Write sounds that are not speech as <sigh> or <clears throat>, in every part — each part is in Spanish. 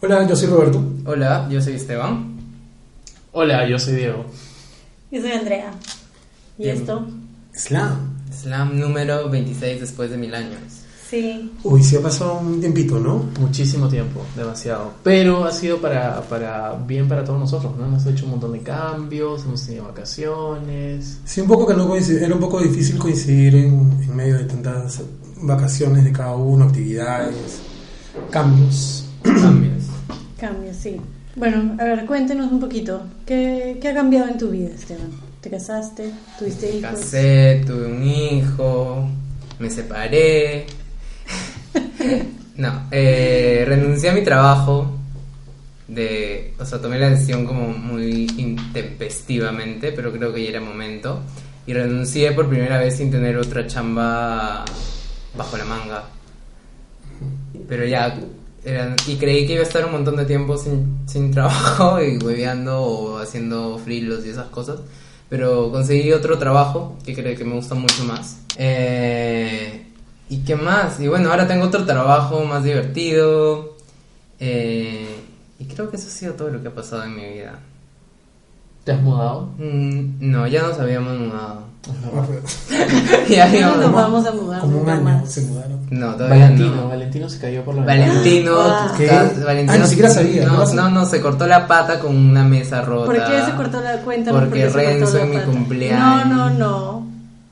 Hola, yo soy Roberto. Hola, yo soy Esteban. Hola, yo soy Diego. Yo soy Andrea. ¿Y Bien. esto? Slam. Slam número 26 después de mil años. Sí. Uy, se ha pasado un tiempito, ¿no? Muchísimo tiempo, demasiado. Pero ha sido para, para bien para todos nosotros, ¿no? Hemos hecho un montón de cambios, hemos tenido vacaciones. Sí, un poco que no coincid- era un poco difícil coincidir en, en medio de tantas vacaciones de cada uno, actividades, cambios. Cambios. Cambios, sí. Bueno, a ver, cuéntenos un poquito. ¿Qué, qué ha cambiado en tu vida, Esteban? ¿Te casaste? ¿Tuviste Me hijos? Casé, tuve un hijo, me separé. <laughs> no, eh, renuncié a mi trabajo. De, o sea, tomé la decisión como muy intempestivamente, pero creo que ya era momento. Y renuncié por primera vez sin tener otra chamba bajo la manga. Pero ya, eran- y creí que iba a estar un montón de tiempo sin, sin trabajo y hueveando o haciendo frilos y esas cosas. Pero conseguí otro trabajo que creo que me gusta mucho más. Eh, ¿Y qué más? Y bueno, ahora tengo otro trabajo más divertido. Eh, y creo que eso ha sido todo lo que ha pasado en mi vida. ¿Te has mudado? Mm, no, ya nos habíamos mudado. <laughs> ya No habíamos- nos vamos a mudar Como un nunca año más. se mudaron. No, todavía Valentino, no. Valentino se cayó por la ventana. Valentino, Ah. tú ¿Qué? estás- Valentino- Ah, ni siquiera sabía, No, ¿qué no, pasa? no, se cortó la pata con una mesa rota. ¿Por qué se cortó la cuenta? Porque Renzo la en mi pata? cumpleaños. No, no, no.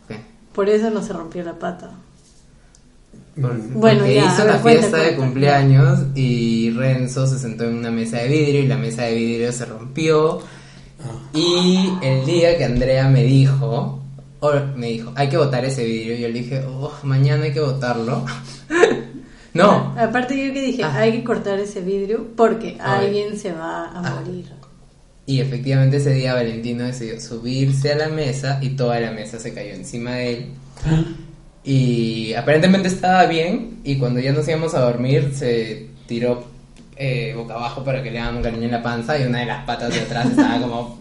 ¿Qué? Por eso no se rompió la pata. Por- Bueno, porque ya, hizo a ver, la cuenta, fiesta de cuenta. cumpleaños y Renzo se sentó en una mesa de vidrio y la mesa de vidrio se rompió. Y el día que Andrea me dijo, o me dijo, hay que botar ese vidrio, yo le dije, oh, mañana hay que botarlo. <laughs> no, Aparte yo que dije, Ah. hay que cortar ese vidrio porque A ver. Ah. alguien se va a morir. Y efectivamente ese día Valentino decidió subirse a la mesa y toda la mesa se cayó encima de él. Y aparentemente estaba bien y cuando ya nos íbamos a dormir se tiró eh, boca abajo para que le hagan un cariño en la panza y una de las patas de atrás estaba como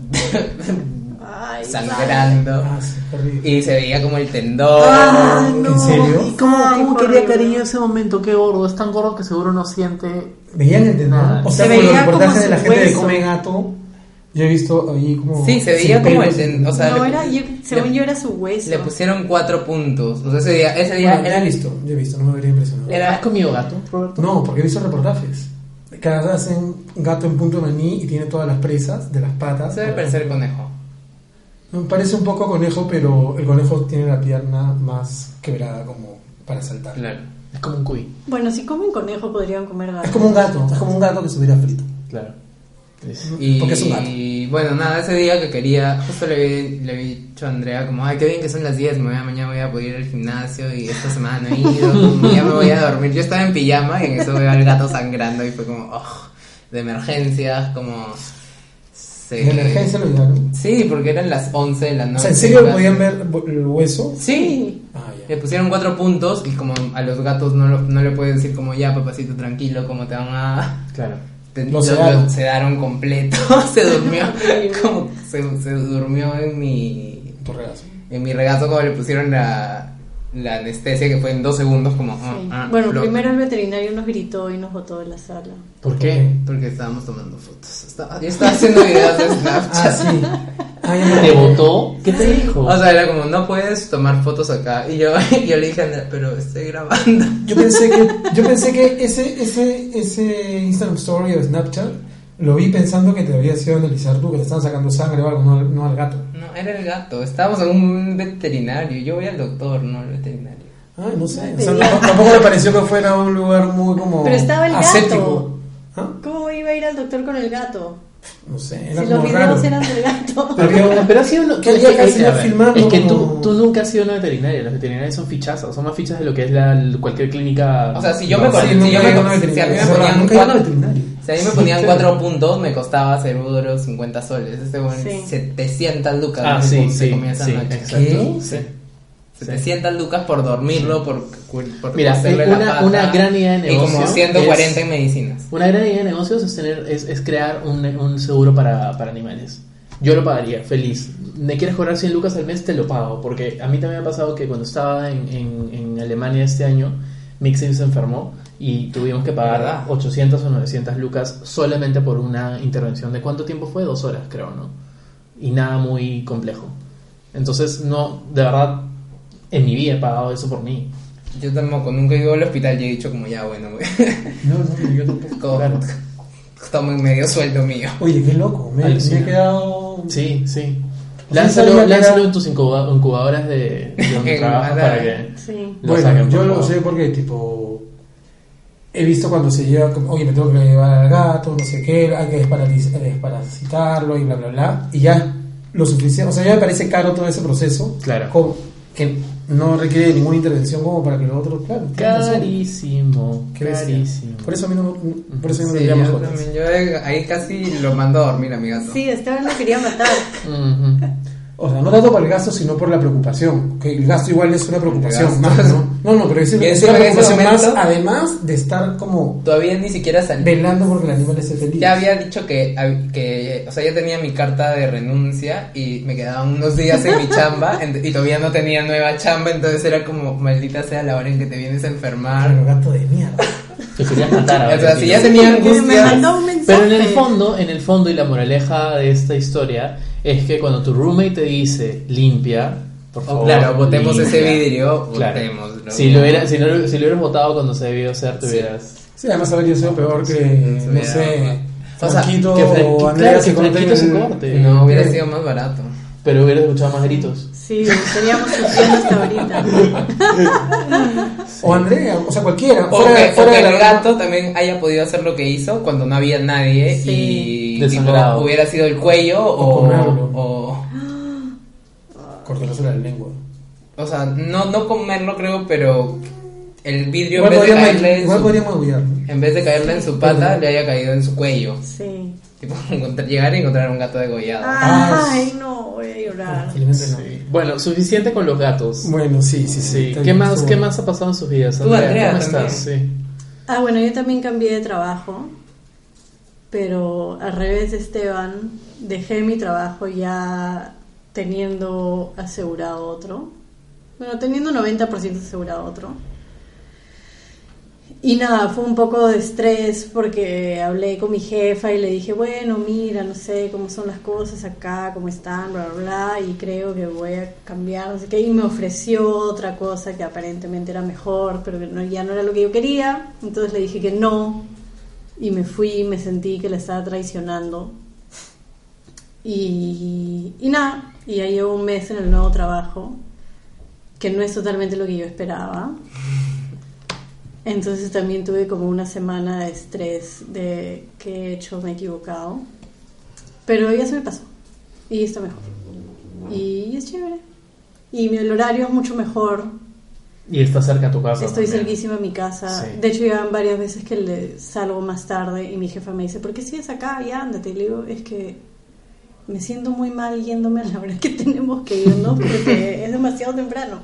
<laughs> Ay, sangrando. Ah, sí, horrible. Y se veía como el tendón. Ah, no. ¿En serio? ¿Y cómo, Ay, cómo por quería Dios. cariño en ese momento? Qué gordo, es tan gordo que seguro no siente... Veían el Nada. tendón. O sea, Se por los veía reportajes como de la su gente de hueso. Come Gato, yo he visto ahí como. Sí, se sin veía como pelos. el ten- o sea, No, le- era, yo- según le- yo era su hueso. Le pusieron cuatro puntos. O sea, ese día, ese día Bueno, yo era he visto, yo he visto, no me habría impresionado. Era- ¿Has comido gato, Roberto? No, porque he visto reportajes. Que hacen gato en punto de maní y tiene todas las presas de las patas. Se debe parecer conejo. Me parece un poco conejo, pero el conejo tiene la pierna más quebrada como para saltar. Claro. Es como un cuy. Bueno, si comen conejo podrían comer gato. Es como un gato, es como un gato que se hubiera frito. Claro. Es- Y Porque es un gato. bueno, nada, ese día que quería, justo le había, le había dicho a Andrea como, ay, qué bien que son las 10, me voy a, mañana voy a poder ir al gimnasio y esta semana no he <laughs> ido, como, ya me voy a dormir. Yo estaba en pijama y en eso veo al gato sangrando y fue como, oh, de emergencias, como... se- En emergencia lo llevaron. Sí, porque eran las 11 de la noche. O sea, ¿en serio podían ver bu- el hueso? Sí. Ah, ya. Le pusieron cuatro puntos y como a los gatos no, lo- no le puedes decir como, ya, papacito, tranquilo, como te van a... Claro. Te- Lo lo, sedaron. lo sedaron completo. se durmió. <laughs> como se, se durmió en mi. Tu regazo. En mi regazo cuando le pusieron la, la anestesia que fue en dos segundos como. ah, Sí. ah, bueno, lo- primero el veterinario nos gritó y nos botó de la sala. ¿Por qué? Porque estábamos tomando fotos. Estaba, yo estaba haciendo videos de Ah, Snapchat. sí. Ah, ya me ¿Te acordé. votó? ¿Qué te dijo? O sea, era como, no puedes tomar fotos acá. Y yo, <laughs> yo le dije a Andrea, pero estoy grabando. Yo pensé que, yo pensé que ese, ese, ese Instagram Story o Snapchat lo vi pensando que te había sido analizar tú, que te estaban sacando sangre o algo, no, al- no al gato. No, era el gato. Estábamos en un veterinario. Yo voy al doctor, no al veterinario. Ay, Ah, no sé. O sea, tampoco- tampoco me pareció que fuera un lugar muy como. Pero estaba el gato. ascético. ¿Ah? ¿Cómo iba a ir al doctor con el gato? No sé, Si era los como videos raro. eran del momento. Pero, <laughs> Pero- pero ha sido una- que había es que- casi es- no filmando Es que tú, como- tú nunca has sido una veterinaria. Las veterinarias son fichazas, son más fichas de lo que es la, cualquier clínica. O sea, si yo No, me sí, conecto- nunca si yo he me- ido a una si a mí me veterinaria. ponían Nunca he ido a una cuatro- veterinaria. Si a mí me Sí, ponían claro. cuatro puntos, me costaba ser duro 50 soles. Este bueno, Sí. 700 lucas. Ah, ¿no? sí, Se sí, comía esa sí, noche. exacto. Sí. 700 lucas por dormirlo, por, cu- por Mira, coserle eh, la una- pata. una gran idea de Y como negocio 140 es- en medicinas. Una gran idea de negocios es, tener, es, es crear un, un seguro para, para animales. Yo lo pagaría, feliz. ¿Me quieres cobrar 100 lucas al mes? Te lo pago. Porque a mí también me ha pasado que cuando estaba en, en, en Alemania este año, Mixing se enfermó y tuvimos que ¿Verdad? pagar 800 o 900 lucas solamente por una intervención. ¿De cuánto tiempo fue? Dos horas, creo, ¿no? Y nada muy complejo. Entonces, no, de verdad, en mi vida he pagado eso por mí. Yo tampoco, nunca he ido al hospital y he dicho como ya, bueno, güey. <laughs> No, no, yo tampoco. Como, Claro. Tomen medio sueldo mío. Oye, qué loco. Me, me Alucina. he quedado. Sí, sí. sea, Lánzalo, sabía que lánzalo era- en tus incuba- incubadoras de, de donde En trabajas Guadalajara. para que Sí. lo saquen. Bueno, yo por lo favor. sé porque, tipo. He visto cuando se lleva, como, oye, me tengo que llevar al gato, no sé qué, hay que desparaliz- eh, desparasitarlo y bla, bla, bla. Y ya lo suficiente. O sea, ya me parece caro todo ese proceso. Claro. Como que no requiere ninguna intervención como para que lo otro. Claro, tienes razón. Carísimo, Qué bestia. carísimo. Por eso a mí no, mm, por eso yo no Sí, tendría yo mascotas. también, yo eh, ahí casi lo mando a dormir a mi gato. Sí, Esteban lo quería <laughs> matar. Ujú. O sea, no tanto por el gasto, sino por la preocupación. Que el gasto igual es una preocupación El más, gasto. <laughs> ¿no? No, no, pero es, Y es encima una en ese preocupación más, momento- además de estar como Todavía ni siquiera salí. velando porque el animal esté feliz. Ya había dicho que, que, o sea, ya tenía mi carta de renuncia y me quedaban unos días en mi chamba <laughs> ent- y todavía no tenía nueva chamba, entonces era como, maldita sea la hora en que te vienes a Claro, enfermar. Ah, gato de mierda. Te querías matar ahora, O sea, si tío. ya tenía Me angustia, mandó un mensaje. Pero en el fondo, en el fondo y la moraleja de esta historia es que cuando tu roommate te dice limpia, por Oh, favor. Oh, claro, botemos limpia. ese vidrio, Claro. botémoslo. Si lo, hubiera, si, no- si lo hubieras votado cuando se debió ser, te hubieras. Sí, además habría sido peor que, no hubiera- sé, O sea, Franquito que Franqui- o claro, Andrea que se corten Franquito se el- corte. No, hubiera sido más barato. Pero hubieras escuchado más gritos. Sí, estaríamos sufriendo hasta ahorita. O Andrea, o sea, cualquiera. O que, Fuera, fuera o que de el la gato también haya podido hacer lo que hizo cuando no había nadie Sí. y tipo, Desangrado. hubiera sido el cuello O o, comerlo. o Cortándose la lengua. O sea, no, no comerlo creo, pero el vidrio Igual en, vez de podríamos- caerle en, igual su, podríamos aullar. ¿no? en vez de caerle en su pata, le haya caído en su cuello. <laughs> Sí. Tipo, encontrar- llegar y encontrar un gato degollado. Ah, Ay, no, voy a llorar. Felizmente no. Bueno, suficiente con los gatos. Bueno, sí, sí, sí. Sí, está ¿qué bien, más, estuvo ¿qué bueno. más ha pasado en sus vidas? Tú, Andrea, Andrea, ¿cómo también. estás? Sí. Ah, bueno, yo también cambié de trabajo, pero al revés de Esteban, dejé mi trabajo ya teniendo asegurado otro. Bueno, teniendo 90% asegurado otro. Y nada, fue un poco de estrés porque hablé con mi jefa y le dije, bueno, mira, no sé cómo son las cosas acá, cómo están, bla, bla, bla, y creo que voy a cambiar, no sé qué. Y me ofreció otra cosa que aparentemente era mejor, pero que no, ya no era lo que yo quería. Entonces le dije que no. Y me fui, me sentí que la estaba traicionando. Y, y nada, y ya llevo un mes en el nuevo trabajo, que no es totalmente lo que yo esperaba. Entonces también tuve como una semana de estrés de que he hecho, me he equivocado. Pero ya se me pasó. Y está mejor. Y es chévere. Y mi- el horario es mucho mejor. Y está cerca a tu casa. Estoy también. cerquísima a mi casa. Sí. De hecho, llevan varias veces que le salgo más tarde y mi jefa me dice, ¿por qué sigues acá? Ya, ándate. Y le digo, es que me siento muy mal yéndome <laughs> a la hora que tenemos que irnos porque es demasiado temprano.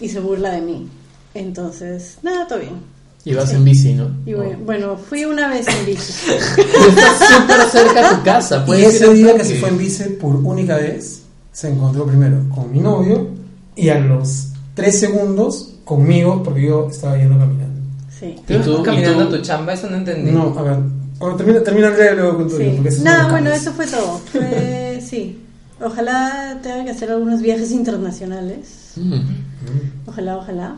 Y se burla de mí. Entonces, nada, todo bien. Y vas en bici, ¿no? Y bueno, bueno, fui una vez en bici. Y estás súper cerca a tu casa. Y Puedes ir ese al día que parque. se fue en bici por única vez, se encontró primero con mi novio y a los tres segundos conmigo, porque yo estaba yendo caminando. Sí. ¿Te ¿Y tú- vas y caminando tú? a tu chamba? Eso no entendí. No, a ver, bueno, termina, termina Andrea y luego con tu Sí. vida, porque eso es Nada, lo que bueno, acabas. eso fue todo. Fue- sí. Ojalá tenga que hacer algunos viajes internacionales. Mm. Ojalá, ojalá.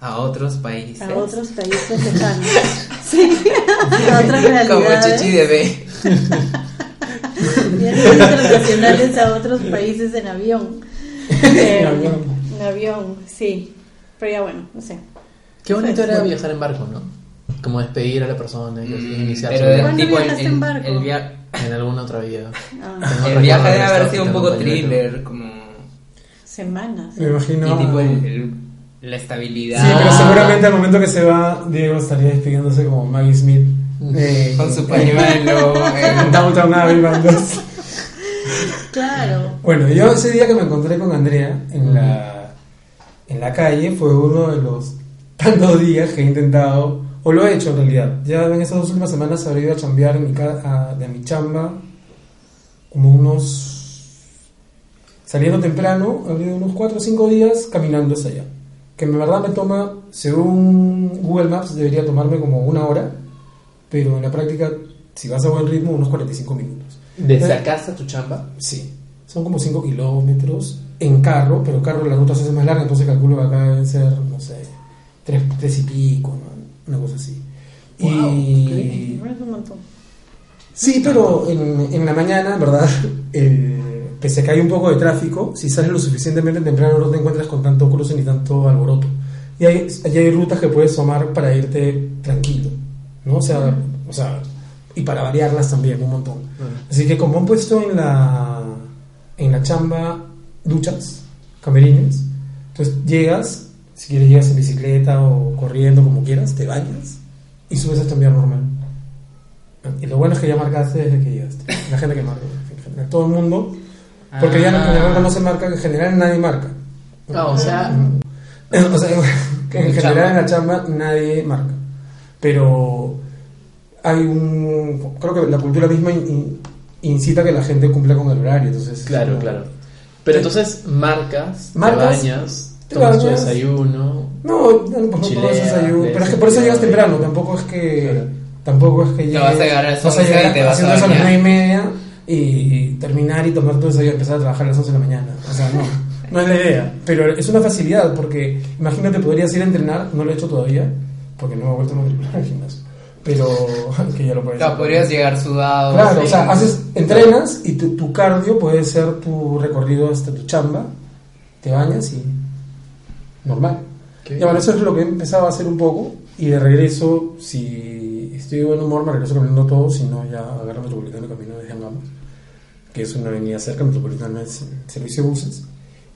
A otros países. A <laughs> otros países lejanos. Sí. A otras Como realidades. chichi de B. Viajes internacionales a otros países en avión. Eh, En avión. En avión, sí. Pero ya bueno, no sé. Qué bonito Fue- era fue- viajar en barco, ¿no? Como despedir a la persona, y así, Mm, iniciar Pero su era viaje. ¿Cuándo tipo el, viajaste en el- barco? el via- en alguna otra vida. Ah, No el recuerdo viaje debe haber haber estado sido un tan poco acompañado. thriller, como. <laughs> semanas. Me imagino. Y tipo el- Ah. el- la estabilidad. Sí, pero seguramente al momento que se va, Diego estaría despidiéndose como Maggie Smith. eh, Con su en- pañuelo. <laughs> en eh. Downtown Abbey, bandos. Claro. Bueno, yo ese día que me encontré con Andrea en la, en la calle fue uno de los tantos días que he intentado, o lo he hecho en realidad. Ya en estas dos últimas semanas habré ido a chambear en mi ca- a- de mi chamba como unos. saliendo temprano, habré ido unos 4 o 5 días caminando hasta allá. Que en verdad me toma, según Google Maps, debería tomarme como una hora, pero en la práctica, si vas a buen ritmo, unos 45 minutos. ¿Desde acá hasta tu chamba? Sí, son como 5 kilómetros en carro, pero carro la ruta se hace más larga, entonces calculo que acá deben ser, no sé, 3 tres, tres y pico, ¿no? una cosa así. y... Bueno, es un montón. Sí, pero en, en la mañana, ¿verdad? <laughs> Eh, pese a que hay un poco de tráfico, si sales lo suficientemente temprano no te encuentras con tanto cruce ni tanto alboroto. Y hay, allí hay rutas que puedes tomar para irte tranquilo, ¿no? O sea, o sea, y para variarlas también un montón. Así que como han puesto en la, en la chamba duchas, camerines, entonces llegas, si quieres llegas en bicicleta o corriendo, como quieras, te bañas y subes a cambiar normal. Y lo bueno es que ya marcaste desde que llegaste. La gente que marca, en general, todo el mundo. Porque ya en Ah. general no se marca, en general nadie marca. Ah, o sea, <clears throat> O sea, que en En general chamba. en la chamba nadie marca. Pero hay un. Creo que la cultura misma in- in- incita a que la gente cumpla con el horario. Entonces, claro, como- claro. Pero entonces marcas, Marcas, te bañas, te tomas tu bañas. desayuno. No, no, pues no Chilea, tomas desayuno. ves Pero es que por eso el llegas video. temprano. Tampoco es que. Claro. Tampoco es que llegues. vas a llegar a las vas a 11 y llegar te vas a haciendo eso a las bañar. 9 y media y terminar y tomar tu desayuno y empezar a trabajar a las 11 de la mañana. O <laughs> sea, no. No es la idea. Pero es una facilidad porque imagínate, podrías ir a entrenar. No lo he hecho todavía porque no me he vuelto una película al gimnasio. Pero <laughs> que ya lo puedes Claro, podrías llegar sudado. Claro, sí. o sea, haces, entrenas y tu, tu cardio puede ser tu recorrido hasta tu chamba, te bañas y normal. Qué Ya, bueno, eso es lo que he empezado a hacer un poco y de regreso, si estoy de buen humor, me regreso caminando todo, si no, ya agarro Metropolitano y camino desde Angamos, que es una avenida cerca, Metropolitano es servicio de buses.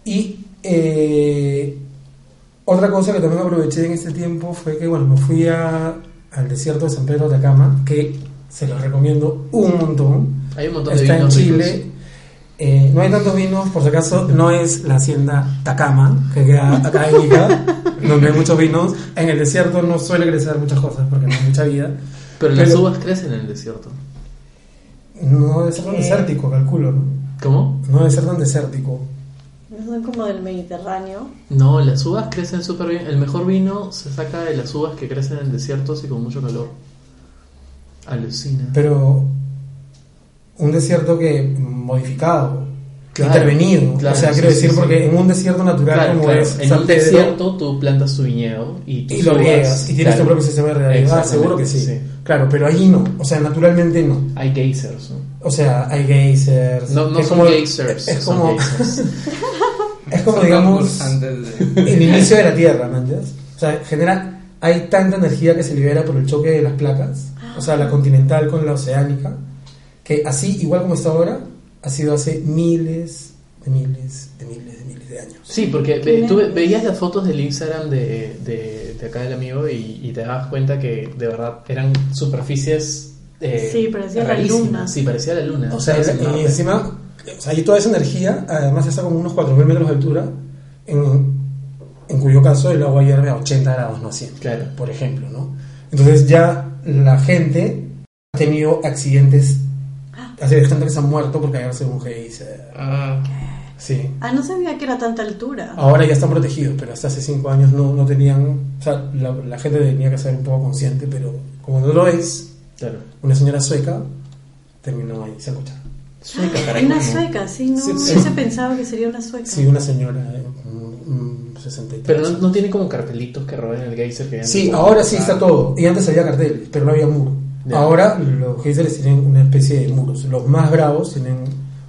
Y eh, otra cosa que también aproveché en este tiempo fue que, bueno, me fui a- al desierto de San Pedro de Atacama, que se los recomiendo un montón. Hay un montón de Está en vinos Chile. ricos. Eh, no hay tantos vinos, por si acaso, no es la hacienda Tacama, que queda acá en <laughs> Ica, donde hay muchos vinos. En el desierto no suele crecer muchas cosas porque no hay mucha vida. Pero las Pero- uvas crecen en el desierto. No debe ser Eh. tan desértico, calculo, ¿no? ¿Cómo? No debe ser tan desértico. No son como del Mediterráneo. No, las uvas crecen súper bien. El mejor vino se saca de las uvas que crecen en desiertos y con mucho calor. Alucina. Pero un desierto que modificado, Claro, intervenido. claro, o sea, sí, quiero sí, decir, sí. porque en un desierto natural Claro, como claro. es En San un Pedro, desierto tú plantas tu viñedo y, tus y lo uvas, riegas y tienes claro. tu propio sistema de realidad, Exactamente, seguro que sí. Claro, pero allí no, o sea, naturalmente no. Hay geysers, ¿no? O sea, hay geysers. No, no es son como, geysers, Es son como, <laughs> geysers. es como Son digamos, concursantes de- el inicio de la Tierra, ¿me entiendes? O sea, genera, hay tanta energía que se libera por el choque de las placas, o sea, la continental con la oceánica, que así, igual como está ahora, ha sido hace miles de miles de miles de miles de años. Sí, porque Qué ve- tú ve- nervios. veías las fotos del Instagram de, de, de acá del amigo y, y te dabas cuenta que de verdad eran superficies. eh, Sí, parecía la rarísimas. luna. Sí, parecía la luna. O sea, Estabas en y Marte. encima, o sea, y toda esa energía, además está como unos 4.000 metros de altura, en, en cuyo caso el agua hierve a 80 grados, no a 100. Claro. por ejemplo, ¿no? Entonces ya la gente ha tenido accidentes, así de gente que se han muerto por caerse de un geyser. Ah, Sí. Ah, no sabía que era tanta altura. Ahora ya están protegidos, pero hasta hace cinco años no, no tenían, o sea, la, la gente tenía que ser un poco consciente, pero como no lo es, Claro. una señora sueca terminó ahí, se escucha. Sueca, Ah, caray, una ¿no? sueca, sí, no. Sí, yo sí. se pensaba que sería una sueca. Sí, una señora, eh, mm, mm, 63. Pero no, no tiene como cartelitos que rodean el geyser. Que Sí, como- ahora sí Ah, está todo. Y antes había cartel, pero no había muro. Ya. Ahora los geysers tienen una especie de muros. Los más bravos tienen una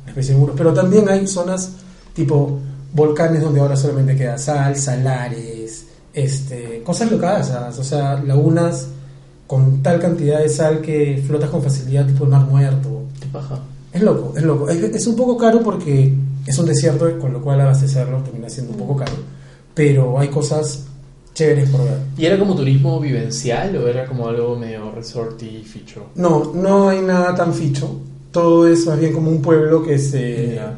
especie de muros. Pero también hay zonas tipo volcanes donde ahora solamente queda sal, salares, este, cosas locales. O sea, lagunas con tal cantidad de sal que flotas con facilidad, tipo el mar muerto. tipo paja. Es loco, es loco. Es, es un poco caro porque es un desierto, con lo cual abastecerlo termina siendo un poco caro. Pero hay cosas chéveres por ver. ¿Y era como turismo vivencial o era como algo medio resort y ficho? No, no hay nada tan ficho. Todo es más bien como un pueblo que se, Ya.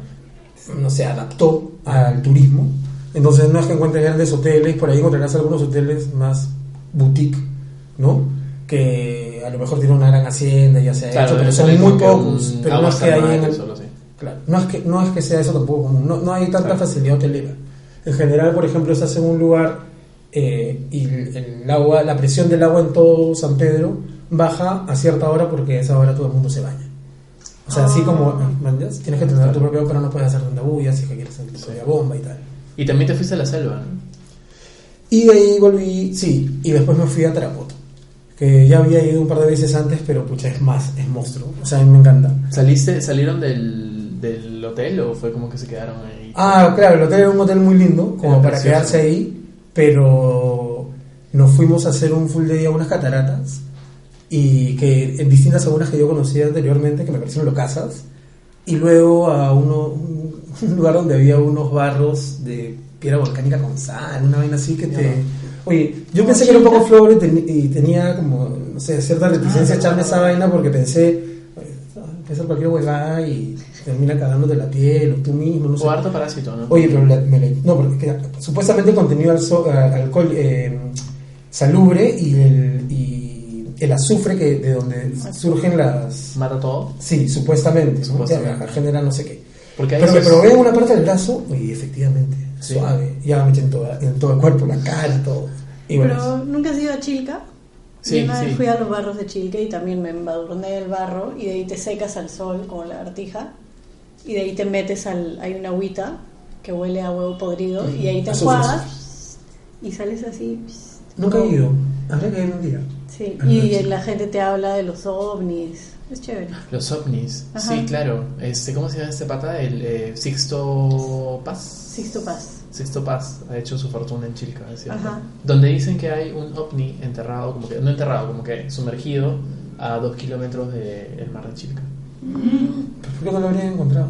no sé, adaptó al turismo. Entonces no es que encuentres grandes hoteles, por ahí encontrarás algunos hoteles más boutique, ¿no? Que a lo mejor tienen una gran hacienda, ya se ha hecho, pero debe son ser muy como que pocos. un Pero no es que Aguascalientes hay en el- o algo así. Claro, no es que, no es que sea eso tampoco común, no, no hay tanta Claro. facilidad hotelera. En general, por ejemplo, se hace en un lugar eh, y el, el agua, la presión del agua en todo San Pedro baja a cierta hora porque a esa hora todo el mundo se baña. O sea, así como ¿me entiendes? tienes que tener tu propio agua, pero no puedes hacer tanta bulla, si es que quieres hacer tu propia bomba y tal. Y también te fuiste a la selva, ¿no? Y de ahí volví, sí, y después me fui a Tarapoto, que ya había ido un par de veces antes, pero pucha, es más, es monstruo. O sea, a mí me encanta. ¿Saliste, ¿Salieron del, del hotel o fue como que se quedaron ahí? Ah, claro, el hotel era un hotel muy lindo, como Era para precioso. quedarse ahí, pero nos fuimos a hacer un full day a unas cataratas y que en distintas algunas que yo conocía anteriormente, que me parecieron locasas, y luego a uno, un <laughs> un lugar donde había unos barros de piedra volcánica con sal, una vaina así que te... Oye, yo pensé que era un poco flor y, ten- y tenía como, no sé, Ah, cierta reticencia a echarme esa vaina porque pensé... Empieza cualquier huevada y termina cagándote la piel o tú mismo, no sé. o harto parásito, ¿no? Oye, pero la- me la- no, porque que- supuestamente contenido alzo- a- alcohol eh, salubre y el, y el azufre que de donde surgen las... ¿Mata todo? Sí, supuestamente, ¿no? Supuestamente. Ya, genera no sé qué. Porque hay Pero me esos- probé una parte del brazo y efectivamente, Sí. suave. Ya me eché en, toda- en todo el cuerpo, la cara, todo. Y bueno, Pero nunca has ido a Chilca. Sí, Yo una vez sí. fui a los barros de Chilca y también me embadurné el barro y de ahí te secas al sol como lagartija y de ahí te metes al... hay una agüita que huele a huevo podrido y ahí te Azufre, enjuagas y sales así. pss, nunca he como- ido. Habría que ir un día. Sí, Ah, y sí. la gente te habla de los ovnis. Es chévere. Los ovnis. Ajá. Sí, claro. Este, ¿Cómo se llama este pata? El eh, Sixto Paz. Sixto Paz. Sixto Paz ha hecho su fortuna en Chilca, es cierto. Ajá. Donde dicen que hay un ovni enterrado, como que, no enterrado, como que sumergido a dos kilómetros del mar de Chilca. Pero ¿Por qué no lo habrían encontrado?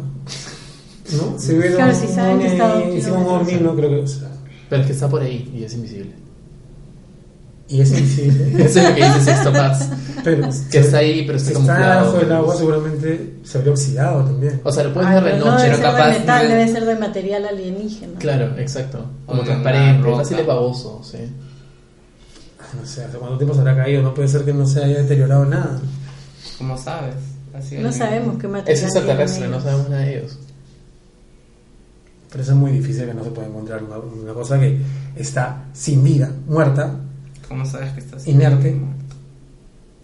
Mm. ¿No? Si hubiera Claro, si un saben que ovni está a ahí, un si hubo un kilómetro. ovni, no creo que... o sea, Pero es que está por ahí y es invisible. <laughs> y es difícil. <laughs> Eso es lo que dice Sixto Paz. Pero Que está ahí, pero está si está Este camuflado. bajo el agua, seguramente se habría oxidado también. O sea, lo puedes Ah, ver de pero no noche, debe pero ser capaz. de metal, no- debe ser de material alienígena. Claro, exacto. O de Como una transparente, roca. fácil es baboso, sí. No sé, ¿hace cuánto tiempo se habrá caído? No puede ser que no se haya deteriorado nada. ¿Cómo sabes? Así No es. sabemos qué material. Eh, Es extraterrestre, tienen no ellos. sabemos nada de ellos. Pero eso es muy difícil que no se pueda encontrar una, una cosa que está sin vida, muerta. ¿Cómo sabes que estás Inerte.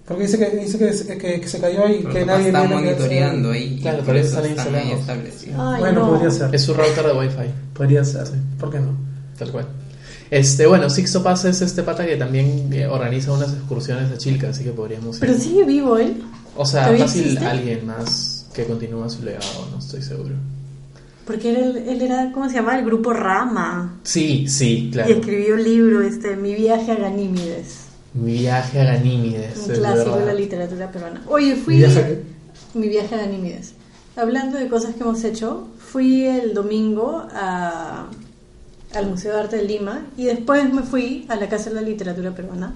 Porque dice que, dice que, se- que- que se cayó y Pero que capaz nadie... viene está a quedarse- monitoreando ahí. Claro, y por eso están están ahí instalados. establecidos. Ay, bueno, no. podría ser. Es su router de Wi-Fi. Podría ser, ¿por qué no? Tal cual. Este, bueno, Sixto Paz es este pata que también eh, organiza unas excursiones a Chilca, así que podríamos ir. Pero sigue vivo él. o sea, ¿todavía fácil existe? alguien más que continúa su legado, no estoy seguro. Porque él, él era, ¿cómo se llama? El grupo Rama. Sí, sí, Y claro. escribió un libro, este, Mi viaje a Ganímides. Mi viaje a Ganímides. es Un clásico de verdad. la literatura peruana. Oye, fui. ¿Mi viaje a qué? Mi viaje a Ganímides. Hablando de cosas que hemos hecho, fui el domingo a- al Museo de Arte de Lima y después me fui a la Casa de la Literatura Peruana,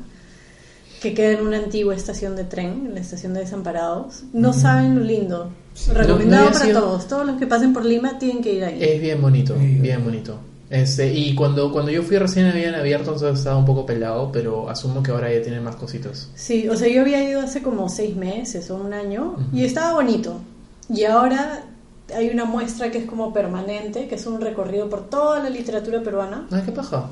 que queda en una antigua estación de tren, en la estación de Desamparados. No saben lo lindo. Recomendado Mm. No, no había para sido- Eh. todos. Todos los que pasen por Lima tienen que ir ahí. Es bien bonito, Sí. bien bonito. Este, y cuando, cuando yo fui recién habían abierto, entonces estaba un poco pelado, pero asumo que ahora ya tienen más cositas. Sí, o sea, yo había ido hace como seis meses o un año y estaba bonito. Y ahora hay una muestra que es como permanente, que es un recorrido por toda la literatura peruana. Ah, qué paja.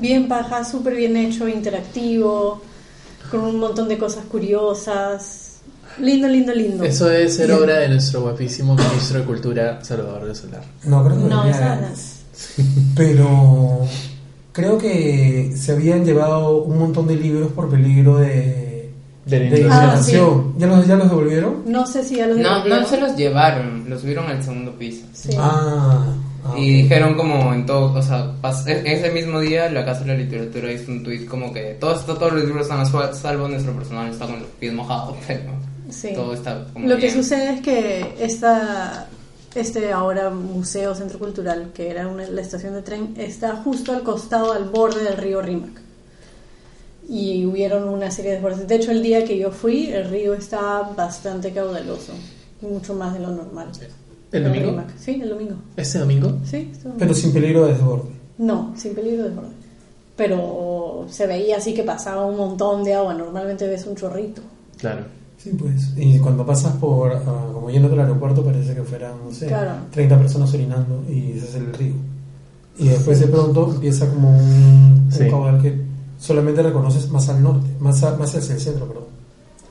Bien paja, súper bien hecho, interactivo, con un montón de cosas curiosas. Lindo, lindo, lindo. Eso debe ser obra de nuestro guapísimo ministro de Cultura, Salvador de Solar. No, creo que No, tenía esa ganas. pero creo que se habían llevado un montón de libros por peligro de, De la de inundación. inundación. ¿Ya, los, ¿Ya los devolvieron? No sé si ya los No, devolvieron. no se los llevaron, los subieron al segundo piso. Sí. Ah, ah, ok. Y dijeron como en todo, o sea, pas- e- ese mismo día la Casa de la Literatura hizo un tuit como que todos, todos los libros están a su- salvo, nuestro personal está con los pies mojados, <laughs> pero... Sí. todo está como Lo que bien. sucede es que esta, este ahora museo, centro cultural, que era una- la estación de tren, está justo al costado, al borde del río Rímac. Y hubieron una serie de desbordes. De hecho, el día que yo fui, el río estaba bastante caudaloso, mucho más de lo normal. ¿El domingo? Rímac. Sí, el domingo. ¿Este domingo? Sí, estuvo- Pero sin peligro de desborde. no, sin peligro de desborde. Pero se veía así que pasaba un montón de agua. Normalmente ves un chorrito. Claro. Sí, pues. Y cuando pasas por, ah, como yéndote al aeropuerto, parece que fueran, no sé, Claro. 30 personas orinando y ese es el río. Y después de pronto empieza como un, un Sí. caudal que solamente reconoces más al norte, más, a- más hacia el centro, perdón.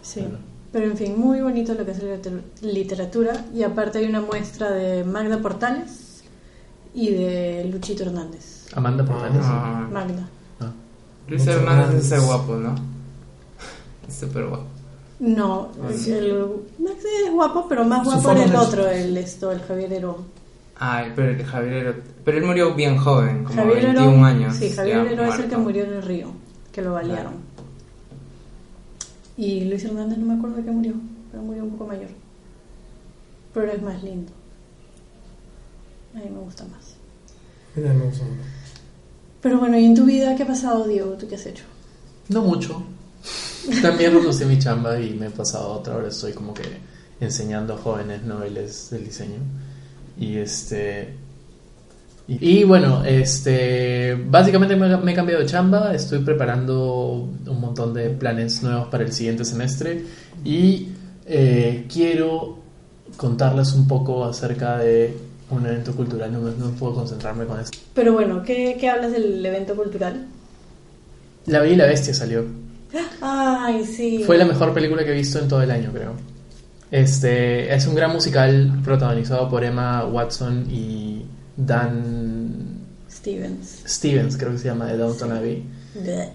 Sí, Claro. pero en fin, muy bonito lo que es la liter- literatura y aparte hay una muestra de Magda Portales y de Luchito Hernández. Amanda Portales. Ah. Magda. Ah. Luis Mucho Hernández más. es súper guapo, ¿no? <laughs> Es súper guapo. No, Ah, el, Max es guapo, pero más Su guapo forma era el de- otro, el esto, el Javier Herón. Ay, pero Ah, el Javier Heró- Pero él murió bien joven, como Javier 21 Herón- años. Sí, Javier ya Herón es el que muerto. murió en el río, que lo balearon. Y Luis Hernández no me acuerdo de qué murió, pero murió un poco mayor. Pero es más lindo. A mí me gusta más. Mira, no, son- Pero bueno, ¿y en tu vida qué ha pasado, Diego? ¿Tú qué has hecho? No mucho. También renuncié a mi chamba y me he pasado a otra. Ahora estoy como que enseñando a jóvenes noveles del diseño. Y este. Y, y bueno, este. Básicamente me, me he cambiado de chamba. Estoy preparando un montón de planes nuevos para el siguiente semestre. Y eh, quiero contarles un poco acerca de un evento cultural. No, me- no puedo concentrarme con esto. Pero bueno, ¿qué, qué hablas del evento cultural? La Bella y la Bestia salió. Ay, sí. Fue la mejor película que he visto en todo el año, creo. Este es un gran musical protagonizado por Emma Watson y Dan Stevens. Stevens, creo que se llama, de Downton Abbey. Bleh.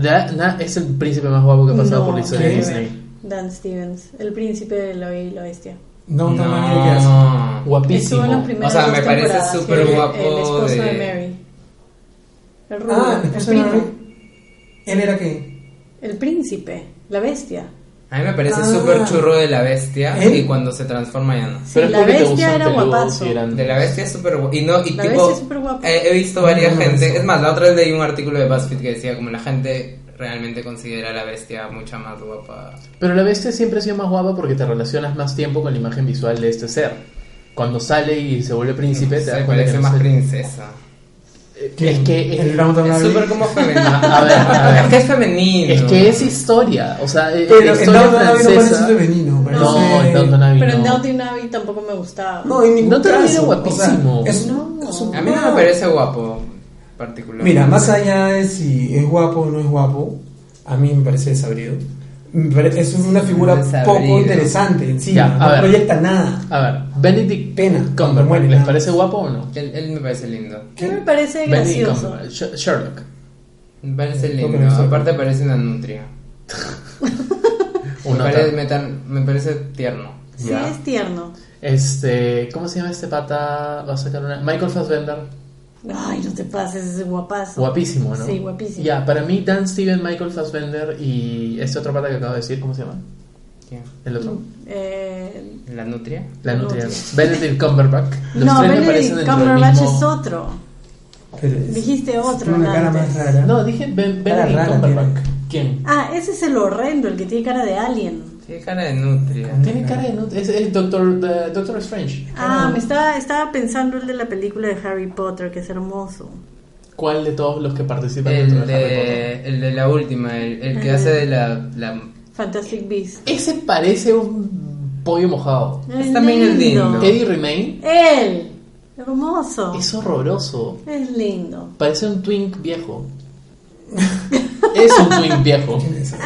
Da- na- es el príncipe más guapo que ha pasado No, por la historia de ¿qué? Disney. Dan Stevens, el príncipe de la Bella y la bestia. No, no, no, ¿qué haces? No. Estuvo en las Guapísimo. primeras O sea, dos me parece temporadas, súper el- guapo El esposo de, de- Mary. El rubio, Ah, el, entonces primo. él era que. El príncipe, la bestia. A mí me parece Ah. súper churro de la bestia ¿Eh? y cuando se transforma ya no. Sí, Pero es la porque te bestia gustan era peludos guapazo. y eran- De la bestia es súper guapo. Y no, y La tipo. bestia es súper guapa. eh, he visto varias No, no, gente. no. Es más, la otra vez leí un artículo de BuzzFeed que decía como la gente realmente considera a la bestia mucha más guapa. Pero la bestia siempre ha sido más guapa porque te relacionas más tiempo con la imagen visual de este ser. Cuando sale y se vuelve príncipe, te Mm, se das cuenta que parece no más es el- princesa. Es que El Downton Es Abbey. súper <laughs> como femenino. A ver, a ver. Es que es femenino. es, que es historia. O sea, es Pero el historia Downton Abbey no parece francesa. femenino, parece. No, el Downton Abbey Pero en no. Downton Abbey tampoco me gustaba. No, en ningún No te refieres caso, guapísimo. o sea, es- No. es un- A mí no me parece guapo, particularmente. Mira, más allá de si es guapo o no es guapo, a mí me parece desabrido. Me pare- Es una figura Desabrido. poco interesante en sí, Ya, no a ver. proyecta nada. A ver, Benedict Pena, cuando Cumberbatch, muere, ¿les ¿no? parece guapo o no? Él, él me parece lindo. A mí me parece Benedict gracioso. Cumberbatch, Sh- Sherlock. Me parece No, lindo. pero no sé. Aparte parece una nutria. Me Uno parece, tal. me tan- me parece tierno. Sí, Ya. es tierno. Este, ¿cómo se llama este pata? Va a sacar una Michael Fassbender, Ay, no te pases, es guapazo. guapísimo, ¿no? Sí, guapísimo. Ya, para mí Dan Steven, Michael Fassbender y este otro pata que acabo de decir, ¿cómo se llama? ¿Quién? El otro. Eh, ¿La nutria? La No. nutria. Benedict Cumberbatch. Los no, tres me Benedict parecen dentro del Cumberbatch mismo- es otro. Pero es- Dijiste otro Tiene una cara antes. más rara. No, dije Ben- Cara Benedict rara Cumberbatch. ¿Quién? Ah, ese es el horrendo, el que tiene cara de alien. Tiene cara de nutria. Tiene cara de nut- Es, es Doctor, de- Doctor Strange. Ah, me estaba, estaba pensando el de la película de Harry Potter, que es hermoso. ¿Cuál de todos los que participan dentro El de Harry Potter? de, el de la última, el, el que Ajá. hace de la... la Fantastic Beast. Ese parece un pollo mojado. Es también es lindo. Eddie Remain Él, hermoso. es horroroso. Es lindo. Parece un twink viejo. es un twink viejo. ¿Quién es? Ah.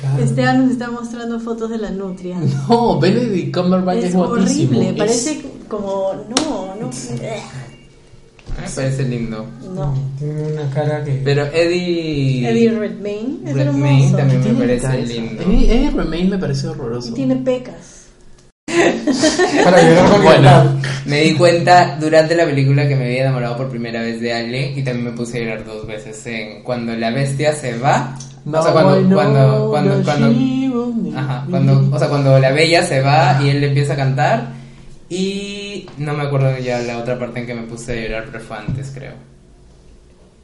Cara. Ah. Esteban nos Este está mostrando fotos de <laughs> la nutria. No, Benedict Cumberbatch es, es guapísimo. horrible, Es- parece como... No, no... a mí me parece lindo. No. Tiene una cara que. <laughs> Pero Eddie... Eddie Redmayne es Redmayne hermoso. también. Tiene me parece cabeza. lindo. Eddie, Eddie Remain me parece Y horroroso. tiene pecas. Para llegar con Bueno, Me di cuenta durante la película que me había enamorado por primera vez de alguien y también me puse a llorar dos veces en cuando la bestia se va o sea, cuando, cuando, cuando, cuando, ajá, cuando, o sea, cuando la bella se va y él le empieza a cantar y no me acuerdo ya la otra parte en que me puse a llorar, pero fue antes, creo.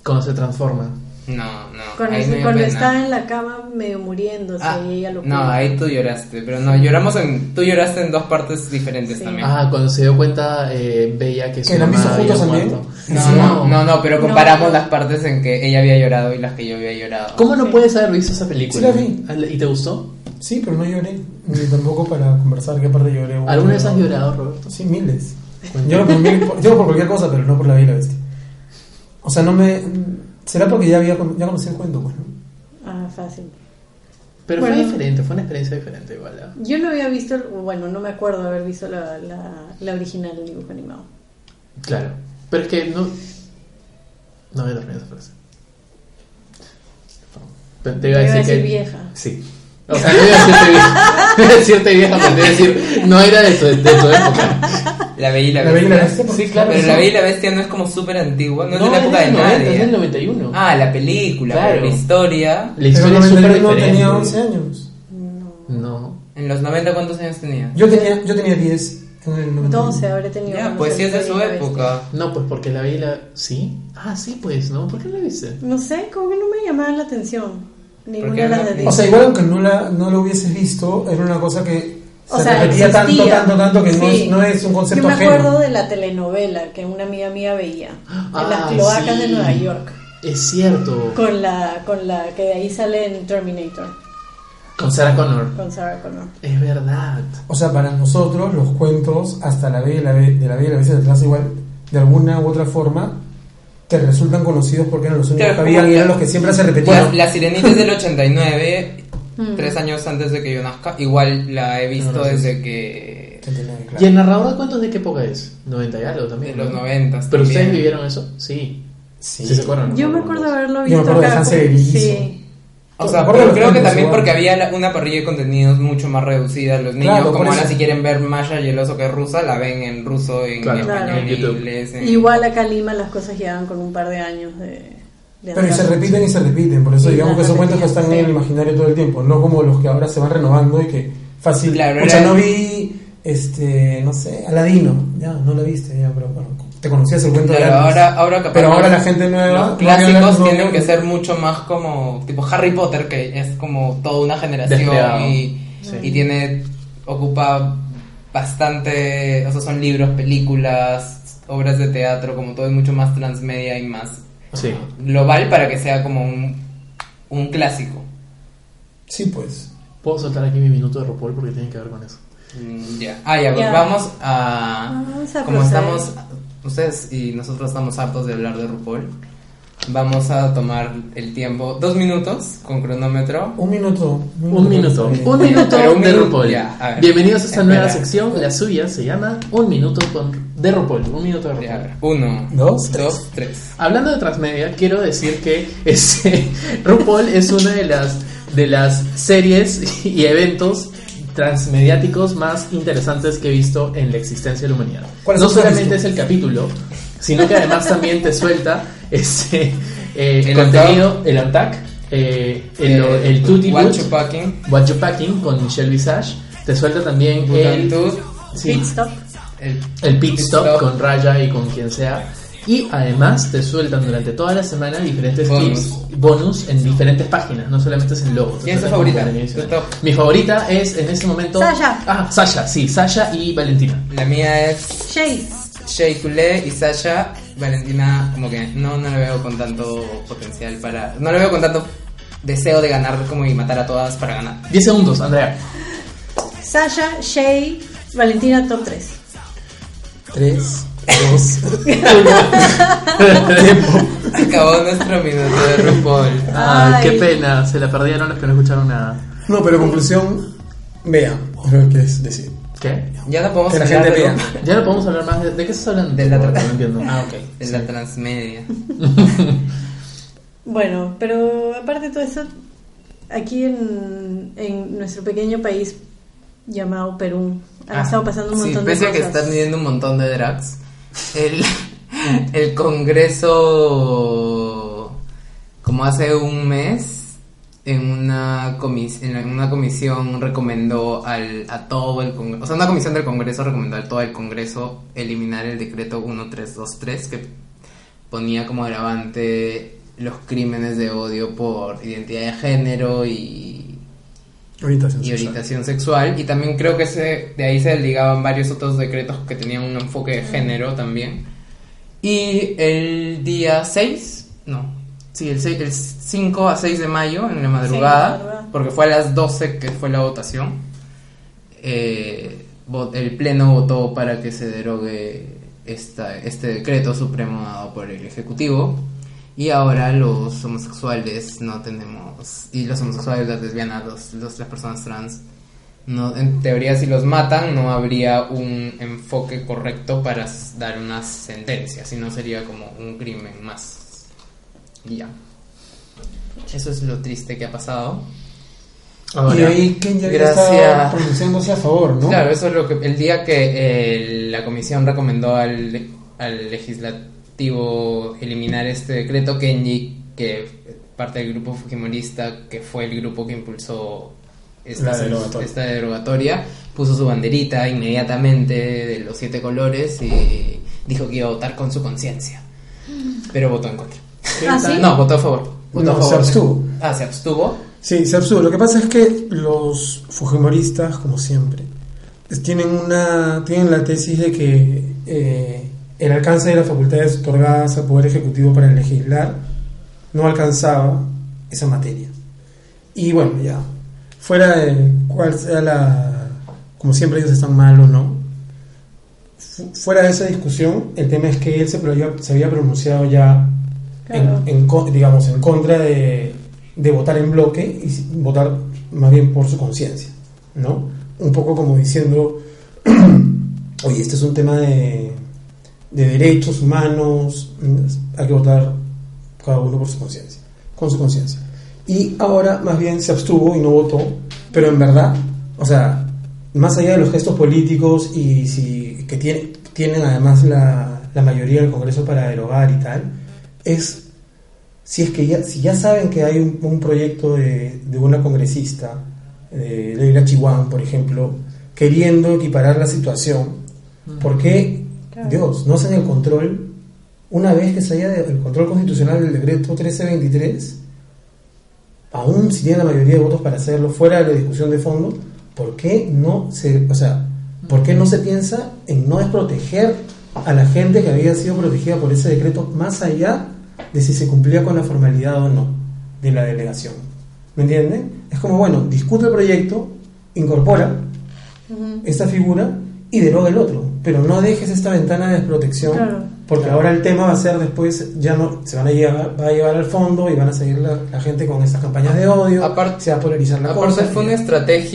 Cuando se transforma. No, no. Cuando, ahí me dio este, cuando pena. estaba en la cama medio muriéndose Ah, y ella lo no, cuida. ahí tú lloraste, pero no, lloramos en, tú lloraste en dos partes diferentes Sí. también. Ah, cuando se dio cuenta eh, Bella que su ¿Que la han visto mamá había juntos también? muerto. No, Sí. no, no, no, pero No. comparamos las partes en que ella había llorado y las que yo había llorado. ¿Cómo no puedes haber visto esa película? Sí ¿Y te gustó? Sí, pero no lloré, ni tampoco para conversar, que aparte lloré. bueno, ¿Alguna vez has no. llorado, Roberto? Sí, miles. Lloro por, mil- por- lloro por cualquier cosa, pero no por la vida y la bestia. O sea, no me... ¿Será porque ya había con- ya conocí el cuento? pues, Bueno, Ah, fácil. Pero fue Bueno. diferente, fue una experiencia diferente igual. ¿ah? Yo no había visto, bueno, no me acuerdo haber visto la, la, la original del dibujo animado. Claro. Pero es que no. No había dormido esa frase. Pero Te iba a Te iba decir, a que. decir vieja. Sí. <laughs> O sea, te iba a decirte vieja. <laughs> Te iba a decirte vieja, pero te iba a decir. No era de tu, de tu época. La Bella y la, La este? Bella y la Bestia, porque Sí, claro, claro. Pero sí. La Bella y la Bestia no es como súper antigua, no, es de la época de del 90, nadie. Es del 91. Ah, la película, Claro. pero la historia. La pero historia en es el súper no diferente. tenía 11 años. No. ¿En los 90 cuántos años tenía? Yo tenía, yo tenía 10 en el 90. 12 habré tenido. Ya, cuando pues sí salió es de La su Bella y la época. No, pues porque la vi y la. ¿Sí? Ah, sí, pues, ¿no? ¿Por qué la viste? Bestia. No sé, como que no me llamaba la atención. Ninguna Porque de las no- de O Disney. sea, igual aunque no la, no la hubieses visto, era una cosa que O se sea, repetía tanto, existía. tanto, tanto que no, Sí. es, no es un Yo concepto me ajeno. acuerdo de la telenovela que una amiga mía veía. En Ah, las cloacas sí. de Nueva York. Es cierto. Con, Con la, con la que de ahí sale en Terminator. Sarah Connor. Con Sarah Connor. Es verdad. O sea, para nosotros los cuentos, hasta la Bella y la Be- de la Bella y la Bestia, te las igual, de alguna u otra forma, te resultan conocidos porque eran los únicos Claro, que habían y como- eran los que siempre se repetían. Pues La Sirenita es del 89, tres años antes de que yo nazca. Igual la he visto No, no sé. desde que... ¿Y el narrador de cuentos de qué época es? 90 y algo también. de los ¿no? 90. ¿Pero ustedes vivieron eso? Sí. Sí. ¿Sí se acuerdan? Yo me acuerdo haberlo Yo me visto acuerdo de acá, Sansa y como- Belizo. Sí. O sea, Aparte pero los creo que cuentos, también igual. porque había la- una parrilla de contenidos mucho más reducida. Los niños, Claro, por como ahora eso. si quieren ver Masha y el oso que es rusa, la ven en ruso, en Claro. español, Claro. en En YouTube. inglés. en- Igual acá en Lima las cosas llegaban con un par de años de. de Pero y se atraso. repiten y se repiten, por eso Y digamos las que esos cuentos que repetían, están en el sí. imaginario todo el tiempo, no como los que ahora se van renovando y que fácil. Claro, o sea, era- no vi, este, no sé, Aladino, ya, no lo viste, ya, pero bueno, te conocías el cuento Claro, de antes. ahora, ahora capaz Pero los- ahora la gente nueva. Los no habla de clásicos los tienen que nuevos. ser mucho más como. Tipo Harry Potter, que es como toda una generación Desplegado. y, y tiene. ocupa bastante. O sea, son libros, películas, obras de teatro, como todo es mucho más transmedia y más Sí. global para que sea como un, un clásico. Sí, pues. Puedo soltar aquí mi minuto de RuPaul porque tiene que ver con eso. Mm, Ya. Ah, ya, pues Ya. vamos a. Ah, Vamos a Ah, como proceder. estamos. Ustedes y nosotros estamos hartos de hablar de RuPaul. Vamos a tomar el tiempo. Dos minutos con cronómetro. Un minuto. Un minuto. está bien. Un minuto Pero un de minuto, RuPaul. ya, a ver. Bienvenidos a esta Espera. nueva sección. La suya se llama Un minuto con... de RuPaul. Un minuto de RuPaul. Ya, a ver. Uno, Dos, tres. dos, tres. Hablando de transmedia, quiero decir que este, <laughs> RuPaul es una de las, de las series y eventos transmediáticos más interesantes que he visto en la existencia de la humanidad. ¿Cuál es No tu favorito? solamente es el capítulo, sino que además también te suelta este, eh, El contenido, el attack, eh, el, Eh, el Tutti What Boot, You Packing, What You Packing con Michelle Visage, te suelta también Boot and el, Toot, sí, Pit stop. el- el pit stop, Stop. con Raya y con quien sea. Y además te sueltan durante toda la semana diferentes Bonus. clips bonus en diferentes páginas, no solamente es en logo. te ¿Quién es tu sueltan como favorita? contenido Tu top. Mi favorita es en este momento. Sasha. Ah, Sasha, sí, Sasha y Valentina. La mía es Chase. Shea Coulee y Sasha. Valentina, como que no, no la veo con tanto potencial para. No la veo con tanto deseo de ganar como y matar a todas para ganar. <laughs> 10 <laughs> segundos, Andrea. Sasha, Shay, Valentina, top 3. Tres, dos. Acabó nuestro minuto de RuPaul. Ay, Ah, qué Ay. pena, se la perdieron los que no escucharon nada. no, pero conclusión, vean. Es lo que es decir. ¿Qué? Ya no podemos Que la hablar gente de vea. lo- Ya no podemos hablar más de, de qué estás hablando. De la No tra- <laughs> entiendo. Ah, ok. de la transmedia. Bueno, pero aparte de todo eso, aquí en, en nuestro pequeño país llamado Perú, han Ah, estado Ah, pasando un sí, montón pese de a que cosas. están midiendo un montón de drags. El, <laughs> el Congreso, como hace un mes, en una, comis en la- en una comisión recomendó al, a todo el Congreso, o sea, una comisión del Congreso recomendó a todo el Congreso eliminar el decreto 1323 que ponía como agravante los crímenes de odio por identidad de género y, Orientación y sexual. orientación sexual. Y también creo que se, de ahí se ligaban varios otros decretos que tenían un enfoque de género también. Y el día 6, no, sí, el, 6, el 5 a 6 de mayo, en la madrugada, madrugada. porque fue a las 12 que fue la votación, eh, vo- el Pleno votó para que se derogue esta, este decreto supremo dado por el Ejecutivo. Y ahora los homosexuales no tenemos, y los homosexuales, las lesbianas, los, los- las personas trans, no, en teoría si los matan no habría un enfoque correcto para s- dar una sentencia, sino sería como un crimen más. Y ya. Eso es lo triste que ha pasado. Ahora, Y ahí Ken ya Gracias. está pronunciándose a favor, ¿no? Claro, eso es lo que el día que eh, la comisión recomendó al, al legislativo eliminar este decreto, Kenji, que parte del grupo fujimorista, que fue el grupo que impulsó esta, La derogatoria. esta derogatoria, puso su banderita inmediatamente de los siete colores y dijo que iba a votar con su conciencia, pero votó en contra. ¿Ah, sí? No, votó a favor. Votó No, a favor. se abstuvo. Ah, se abstuvo. Sí, se abstuvo. Lo que pasa es que los fujimoristas, como siempre, es- tienen una tienen la tesis de que eh, el alcance de las facultades otorgadas al Poder Ejecutivo para legislar no alcanzaba esa materia. Y bueno, ya, fuera de cuál sea la... como siempre ellos están mal o no, fu- fuera de esa discusión, el tema es que él se, pro- se había pronunciado ya Claro. en, en co- digamos, en contra de, de votar en bloque y s- votar más bien por su conciencia, ¿no? Un poco como diciendo, <clears throat> oye, este es un tema de, de derechos humanos, mm, hay que votar cada uno por su conciencia, con su conciencia. Y ahora más bien se abstuvo y no votó, pero en verdad, o sea, más allá de los gestos políticos y si que tiene- tienen además la, la mayoría del Congreso para derogar y tal, es si es que ya, si ya saben que hay un, un proyecto de, de una congresista, eh, de Leila Chihuahua, por ejemplo, queriendo equiparar la situación, ¿por qué, Claro. Dios, no hacen el control una vez que se haya de- el control constitucional del decreto 1323? aún si tiene la mayoría de votos para hacerlo fuera de la discusión de fondo, ¿por qué no se, o sea, por qué no se piensa en no desproteger a la gente que había sido protegida por ese decreto más allá de si se cumplía con la formalidad o no de la delegación? ¿Me entienden? Es como, bueno, discute el proyecto, incorpora Ujú. esta figura y deroga el otro, pero no dejes esta ventana de desprotección Claro. porque ahora el tema va a ser después, ya no se van a llevar, va a llevar al fondo y van a seguir la, la gente con estas campañas de odio. Aparte- se va a polarizar la Aparte cosa. fue una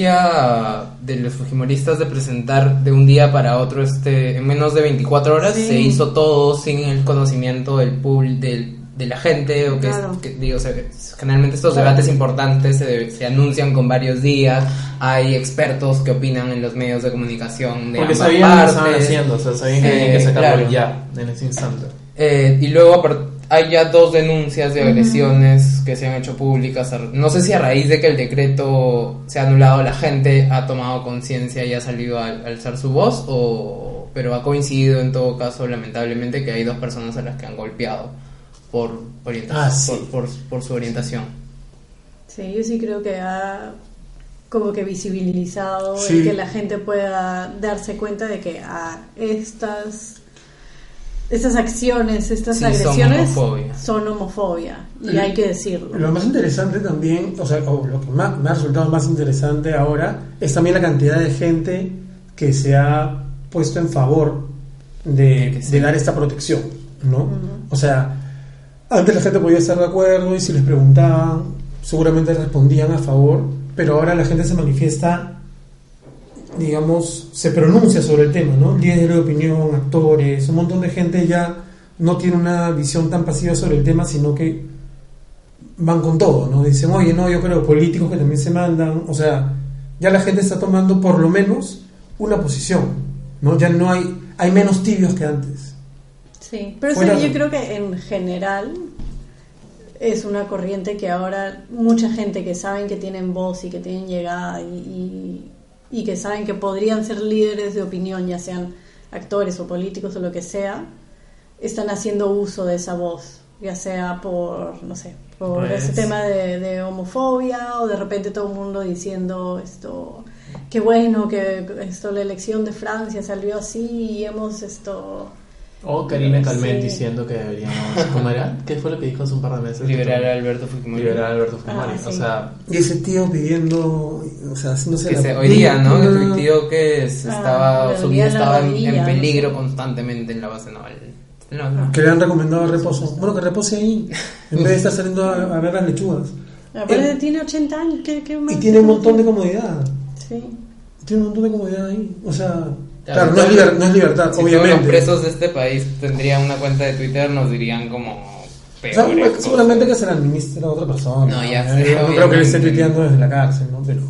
estrategia de los fujimoristas de presentar de un día para otro este en menos de 24 horas Sí. se hizo todo sin el conocimiento del público del, de la gente o que, es- Claro. que- digo se- generalmente estos Claro. debates importantes se, se anuncian con varios días hay expertos que opinan en los medios de comunicación de porque ambas sabían lo que estaban partes. haciendo, o sea, sabían que Eh, tenían que sacarlo claro. ya, en ese instante. Eh, y luego apar- hay ya dos denuncias de agresiones que se han hecho públicas. a- No sé si a raíz de que el decreto se ha anulado, la gente ha tomado conciencia y ha salido a alzar su voz, o, pero ha coincidido en todo caso, lamentablemente, que hay dos personas a las que han golpeado por, orientación, Ah, sí. por, por- por su orientación. Sí, yo sí creo que ha como que visibilizado el Sí. que la gente pueda darse cuenta de que ah, estas estas acciones, estas Sí, son agresiones homofobia. son homofobia y Y- hay que decirlo. Lo más interesante también, o sea, o lo que ma- me ha resultado más interesante ahora, es también la cantidad de gente que se ha puesto en favor de, que sí. de dar esta protección, ¿no? O sea, antes la gente podía estar de acuerdo y si les preguntaban, seguramente respondían a favor, pero ahora la gente se manifiesta, digamos, se pronuncia sobre el tema, ¿no? Líderes de opinión, actores, un montón de gente ya no tiene una visión tan pasiva sobre el tema, sino que van con todo, ¿no? Dicen, oye, no, yo creo políticos que también se mandan, o sea, ya la gente está tomando por lo menos una posición, ¿no? Ya no hay, hay menos tibios que antes. Sí, pero eso Fuera- yo creo que en general es una corriente que ahora mucha gente que saben que tienen voz y que tienen llegada y, y- y que saben que podrían ser líderes de opinión, ya sean actores o políticos o lo que sea, están haciendo uso de esa voz, ya sea por, no sé, por Pues- ese tema de, de homofobia o de repente todo el mundo diciendo esto, qué bueno que esto la elección de Francia salió así y hemos esto... O Karina Calmet Sí. diciendo que deberíamos. ¿Cómo era? ¿Qué fue lo que dijo hace un par de meses? Liberar a Alberto Fujimori. Liberar a Alberto Fujimori. Ah, sí. O sea, Y ese tío pidiendo, o sea, no sé. Que la- se- hoy día, ¿no? Que Ah, tu tío que se Ah, estaba, le su vida dolía la estaba en- en rodilla, peligro no sé. constantemente en la base naval. En la base naval. Que le han recomendado reposo. Bueno, que repose ahí, en vez de estar saliendo a, a ver las lechugas. Aparte Eh, Ah, tiene 80 años, ¿qué, qué Y más? tiene un montón de comodidad. Sí. Tiene un montón de comodidad ahí. O sea, claro, Claro, no es, claro. liber- no es libertad, Si todos los obviamente. presos de este país tendrían una cuenta de Twitter, nos dirían como O Pues, sea, pues, peores cosas. seguramente que se la administra a otra persona. No, ya Yo sé, no creo que obviamente. le esté tuiteando desde la cárcel, ¿no? Pero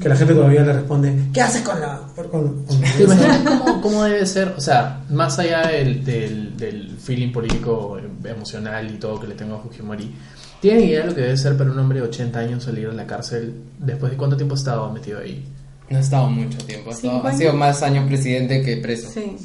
que la gente todavía le responde, ¿qué haces con la...? con- con- ¿Te imaginas cómo, cómo debe ser? O sea, más allá del, del- del feeling político, eh, emocional y todo que le tengo a Fujimori, ¿tienen idea lo que debe ser para un hombre de 80 años salir de la cárcel después de cuánto tiempo ha estado metido ahí? No ha estado mucho tiempo. Ha, estado- Cinco ha sido años. más años presidente que preso. Sí.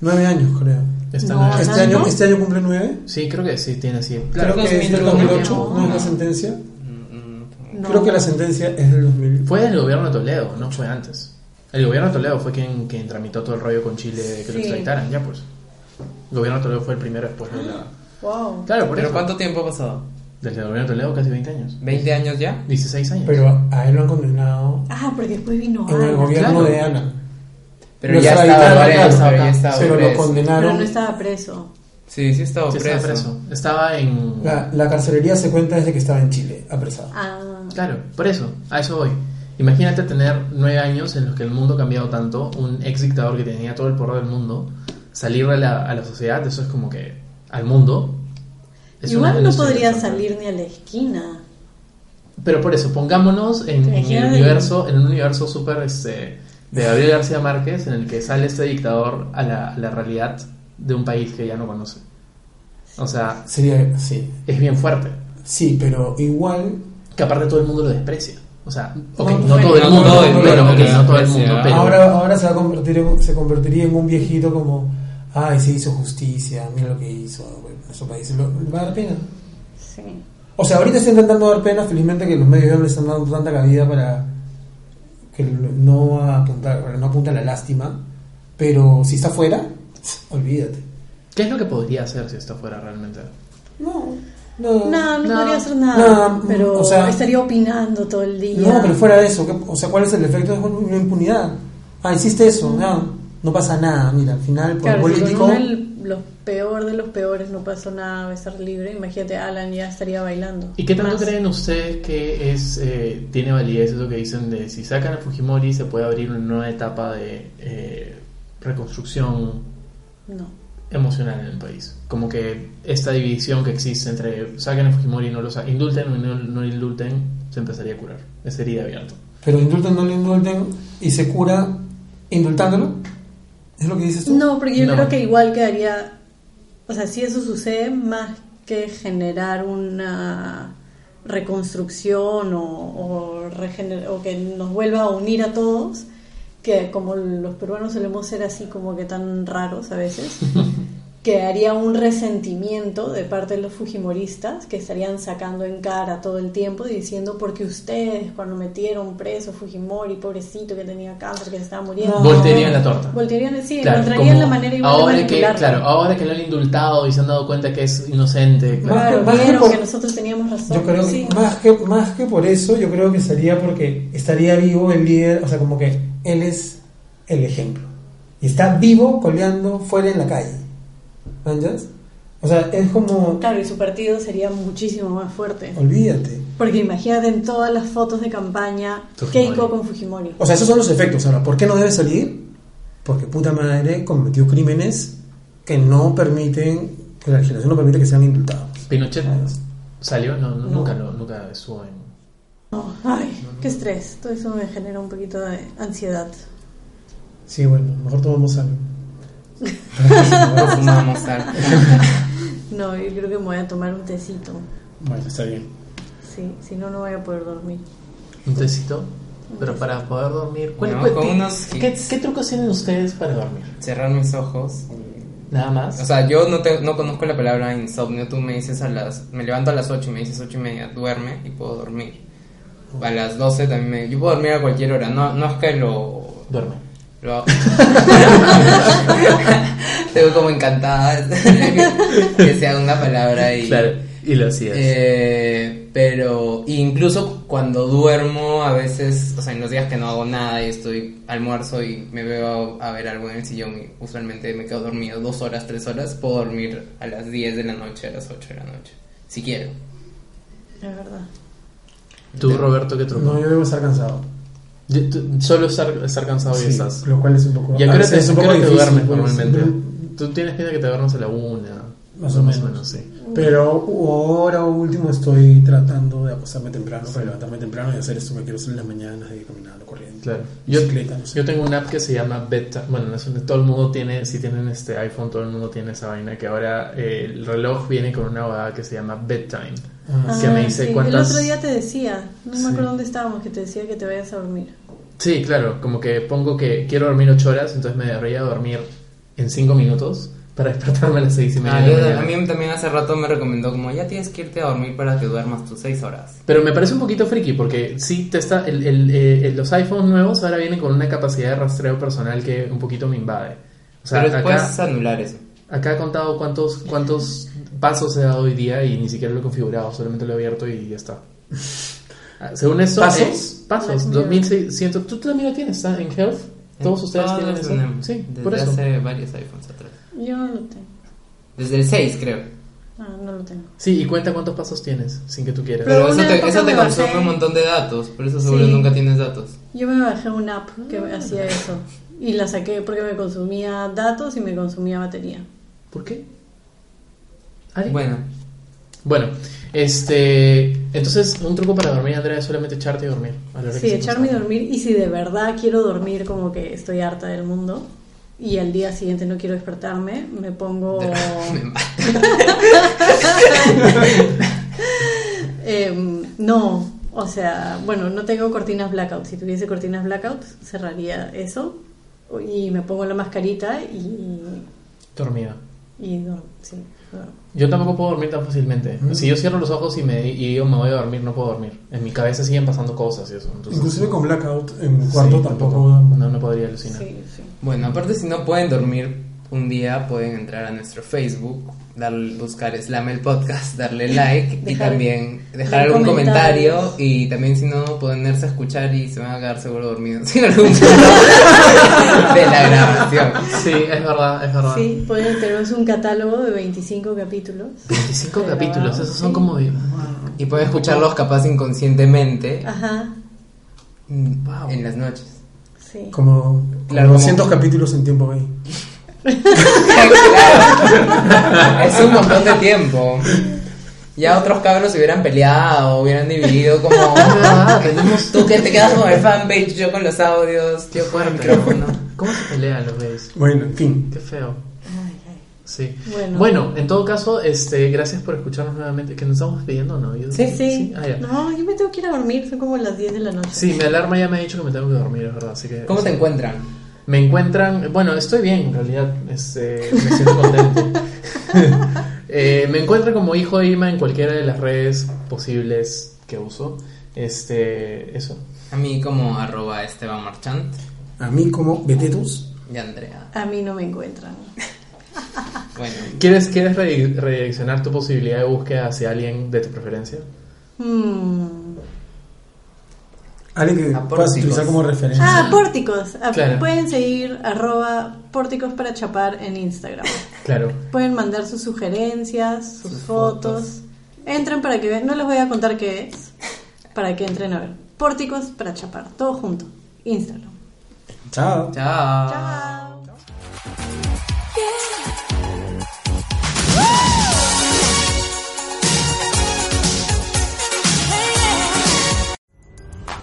Nueve años, creo. Está No, nueve- ¿Ah, Este año, no? este año cumple nueve. Sí, creo que sí, tiene así. Creo Claro, que es del 2001. 2008, no es la sentencia. Mm, mm, No. Creo que la sentencia es del 2000. fue del gobierno de Toledo, no fue antes. El gobierno de Toledo fue quien, quien tramitó todo el rollo con Chile de que lo Sí. extraditaran, ya pues. El gobierno de Toledo fue el primero después de la... Wow. Claro, por ¿Pero eso. cuánto tiempo ha pasado? Desde el gobierno de Toledo casi 20 años. ¿20 años ya? 16 años. Pero a él lo han condenado Ah, porque después vino en el Ana. gobierno claro. de Ana. Pero Lo ya estaba extraditaron, preso. claro, Pero ya estaba pero lo preso. Pero condenaron. no estaba preso. Sí, sí estaba Sí, estaba preso. preso. Estaba en... La, la carcelería se cuenta desde que estaba en Chile, apresado. Ah, Claro, por eso, a eso voy. Imagínate tener nueve años en los que el mundo ha cambiado tanto, un ex dictador que tenía todo el poder del mundo, salir a la, a la sociedad, eso es como que al mundo. es una- igual no es una podría persona. salir ni a la esquina. Pero por eso, pongámonos en, en el Imagínate. universo, en un universo súper este, de Gabriel García Márquez, en el que sale este dictador a la, a la realidad de un país que ya no conoce. O sea, Sería, sí. es bien fuerte. Sí, pero igual. Que aparte todo el mundo lo desprecia. O sea, ok, No, no, todo el no mundo, todo el mundo pero, lo ok, no todo el desprecia. mundo, pero- ahora ahora se, va a convertir en- se convertiría en un viejito como. Ay, se hizo justicia, mira lo que hizo bueno, nuestro país. Lo- ¿Va a dar pena? Sí. O sea, ahorita está intentando dar pena, felizmente que los medios ya no le están dando tanta cabida para que lo- no apuntar, para no apunta a la lástima, pero si está fuera, <sniffs> olvídate. ¿Qué es lo que podría hacer si esto fuera realmente? No, no. No, no, No. podría hacer nada. No, pero o sea- estaría opinando todo el día. No, pero fuera de eso, ¿qué- o sea, ¿cuál es el efecto de una impunidad? Ah, hiciste eso, no, no pasa nada, mira, al final por Claro, si político con el, lo peor de los peores no pasó nada, va a estar libre. Imagínate, Alan ya estaría bailando. ¿Y qué tanto Más. creen ustedes que es eh, tiene validez eso que dicen de si sacan a Fujimori se puede abrir una nueva etapa de eh, reconstrucción No. emocional en el país? Como que esta división que existe entre sacan a Fujimori y no lo sa- indulten o no, no indulten, se empezaría a curar. Es herida abierta. pero indulten, no lo indulten y se cura indultándolo. ¿Es lo que dices tú? No, porque yo No. creo que igual quedaría, o sea, si eso sucede, más que generar una reconstrucción o, o, regener- o que nos vuelva a unir a todos, que como los peruanos solemos ser así como que tan raros a <laughs> veces, quedaría un resentimiento de parte de los fujimoristas que estarían sacando en cara todo el tiempo diciendo porque ustedes cuando metieron preso a Fujimori, pobrecito que tenía cáncer, que se estaba muriendo. Voltearían la torta. Voltearían, sí, Claro, encontrarían como la manera igual de ahora que, manipularlo. claro, ahora que lo han indultado y se han dado cuenta que es inocente, claro. Claro, Más que- vieron más que- que nosotros teníamos razón. Yo creo sí. que más, que más que por eso, yo creo que sería porque estaría vivo el líder, o sea, como que él es el ejemplo. Y está vivo coleando fuera en la calle. ¿Manchas? O sea, es como, Claro, y su partido sería muchísimo más fuerte. olvídate. Porque imagínate en todas las fotos de campaña Fujimori. Keiko con Fujimori. O sea, esos son los efectos. Ahora, ¿por qué no debe salir? Porque puta madre cometió crímenes que no permiten, que la legislación no permite que sean indultados. Pinochet salió, no, no, nunca lo- nunca estuvo en No, ay, qué estrés. Todo eso me genera un poquito de ansiedad. Sí, bueno, mejor tomamos algo. No fumamos algo. No, yo creo que me voy a tomar un tecito. Bueno, está bien. Sí, si no, no voy a poder dormir. Un tecito. Pero para poder dormir, ¿cuál- No, cuál- con qué- unos ¿qué, hits. qué trucos tienen ustedes para dormir? <laughs> Cerrar mis ojos. y- Nada más. O sea, yo no, te- no conozco la palabra insomnio. Tú me dices a las. Me levanto a las 8 y me dices 8 y media, duerme y puedo dormir. A las 12 también me. Yo puedo dormir a cualquier hora. No, no es que lo. Duerme. lo <laughs> hago. Te veo como encantada <laughs> que sea una palabra y. y lo hacías. Eh, pero incluso cuando duermo, a veces, o sea, en los días que no hago nada y estoy almuerzo y me veo a, a ver algo en el sillón y usualmente me quedo dormido dos horas, tres horas, puedo dormir a las 10 de la noche, a las 8 de la noche, si quiero. Es verdad. ¿Tú, Roberto, qué truco? No, yo debo estar cansado. Yo- tú- solo estar, estar cansado y Sí, estás. Lo cual es un poco. Y a a qué hora te, veces es a qué hora te difícil, duermes pues, normalmente. mm, Tú tienes pinta que te duermes a la una. Más o menos. sí. Pero ahora último estoy tratando de acostarme temprano para levantarme temprano y hacer esto que quiero hacer en las mañanas y caminando, corriendo. Claro. Yo, Bicicleta, no sé. yo tengo una app que se llama Bedtime. Bueno, no es una- todo el mundo tiene, si tienen este iPhone, todo el mundo tiene esa vaina que ahora eh, el reloj viene con una abogada que se llama Bedtime. Ah, que Ah, me dice sí, El cuántas. otro día te decía, no Sí. me acuerdo dónde estábamos, que te decía que te vayas a dormir. Sí, claro, como que pongo que quiero dormir 8 horas, entonces me debería dormir en 5 minutos para despertarme a las 6 y media. Ah, de la yo- mañana. a mí también hace rato me recomendó como ya tienes que irte a dormir para que duermas tus 6 horas. Pero me parece un poquito friki porque sí te está el- el, eh, los iPhones nuevos ahora vienen con una capacidad de rastreo personal que un poquito me invade. O sea, pero después acá, anular eso. acá he contado cuántos cuántos pasos he dado hoy día y ni siquiera lo he configurado, solamente lo he abierto y ya está. Ah, Según eso, ¿Pasos? es- pasos, 2600. Tú también lo tienes, ¿está? En Health. Todos ustedes tienen Todos eso. tenemos, Sí, desde por eso. hace varios iPhones atrás. Yo no lo tengo. Desde el 6 creo. Ah, no lo tengo. Sí, y cuenta cuántos pasos tienes sin que tú quieras. Pero Pero eso una te, época eso te me bajé. consume un montón de datos, por eso seguro Sí. nunca tienes datos. Yo me bajé una app que me hacía eso y la saqué porque me consumía datos y me consumía batería. ¿Por qué? Ale. Bueno, Bueno, este. Entonces, un truco para dormir, Andrea, es solamente echarte y dormir. a la hora que Sí, se echarme y consagra. dormir. Y si de verdad quiero dormir como que estoy harta del mundo y al día siguiente no quiero despertarme, me pongo... me mata. <laughs> Em, no, o sea, bueno, no tengo cortinas blackout. Si tuviese cortinas blackout, cerraría eso y me pongo la mascarita y, Dormida. y duermo, sí, duermo. Yo tampoco puedo dormir tan fácilmente. Si yo cierro los ojos y, me, y digo me voy a dormir, no puedo dormir. En mi cabeza siguen pasando cosas y eso. Entonces, Inclusive con blackout en mi sí, cuarto tampoco. No, no podría alucinar. Sí, sí. Bueno, aparte si no pueden dormir un día, pueden entrar a nuestro Facebook, darle, buscar Slam el podcast, darle like y Dejar- también dejar dejar algún comentarios. comentario y también si no ponerse a escuchar y se van a quedar seguro dormidos <laughs> en algún punto de la grabación. Sí, es verdad, es verdad. Sí, pueden- tenemos un catálogo de 25 capítulos. 25 Pero, capítulos, esos son sí. como. de- Y pueden escucharlos capaz inconscientemente Ajá, mm, en las noches. sí. Como, Claro, como 200 como- capítulos en tiempo ahí. Claro. Es un montón de tiempo. Ya otros cabros se hubieran peleado, hubieran dividido como Ah, tenemos tú que te quedas con el fanpage, yo con los audios, yo con el micrófono. ¿Cómo se pelean los gays? Bueno, en fin. Qué feo. Ay, ay. Sí. Bueno. Bueno. en todo caso, este, gracias por escucharnos nuevamente. ¿Que nos estamos despidiendo o no? Yo- Sí, sí. Ah, ya. No, yo me tengo que ir a dormir, son como las 10 de la noche. Sí, mi alarma ya me ha dicho que me tengo que dormir, es verdad. Así que ¿Cómo te encuentran? me encuentran. Bueno, estoy bien, en realidad. este, me siento contento. Eh, me encuentran como hijo de Irma en cualquiera de las redes posibles que uso. Este, eso. A mí como arroba Esteban Marchant A mí como Betetus. y Andrea. A mí no me encuentran. Bueno, ¿Quieres, quieres redi- redireccionar tu posibilidad de búsqueda hacia alguien de tu preferencia? Mm. Alguien que A puedas pórticos. utilizar como referencia. Ah, pórticos. Ah, Claro. Pueden seguir arroba pórticos para chapar en Instagram. Claro. Pueden mandar sus sugerencias, sus, Sus fotos. fotos. Entren para que vean. No les voy a contar qué es. Para que entren a ver. Pórticos para chapar. Todo junto. Instagram. Chao. chao. Chao.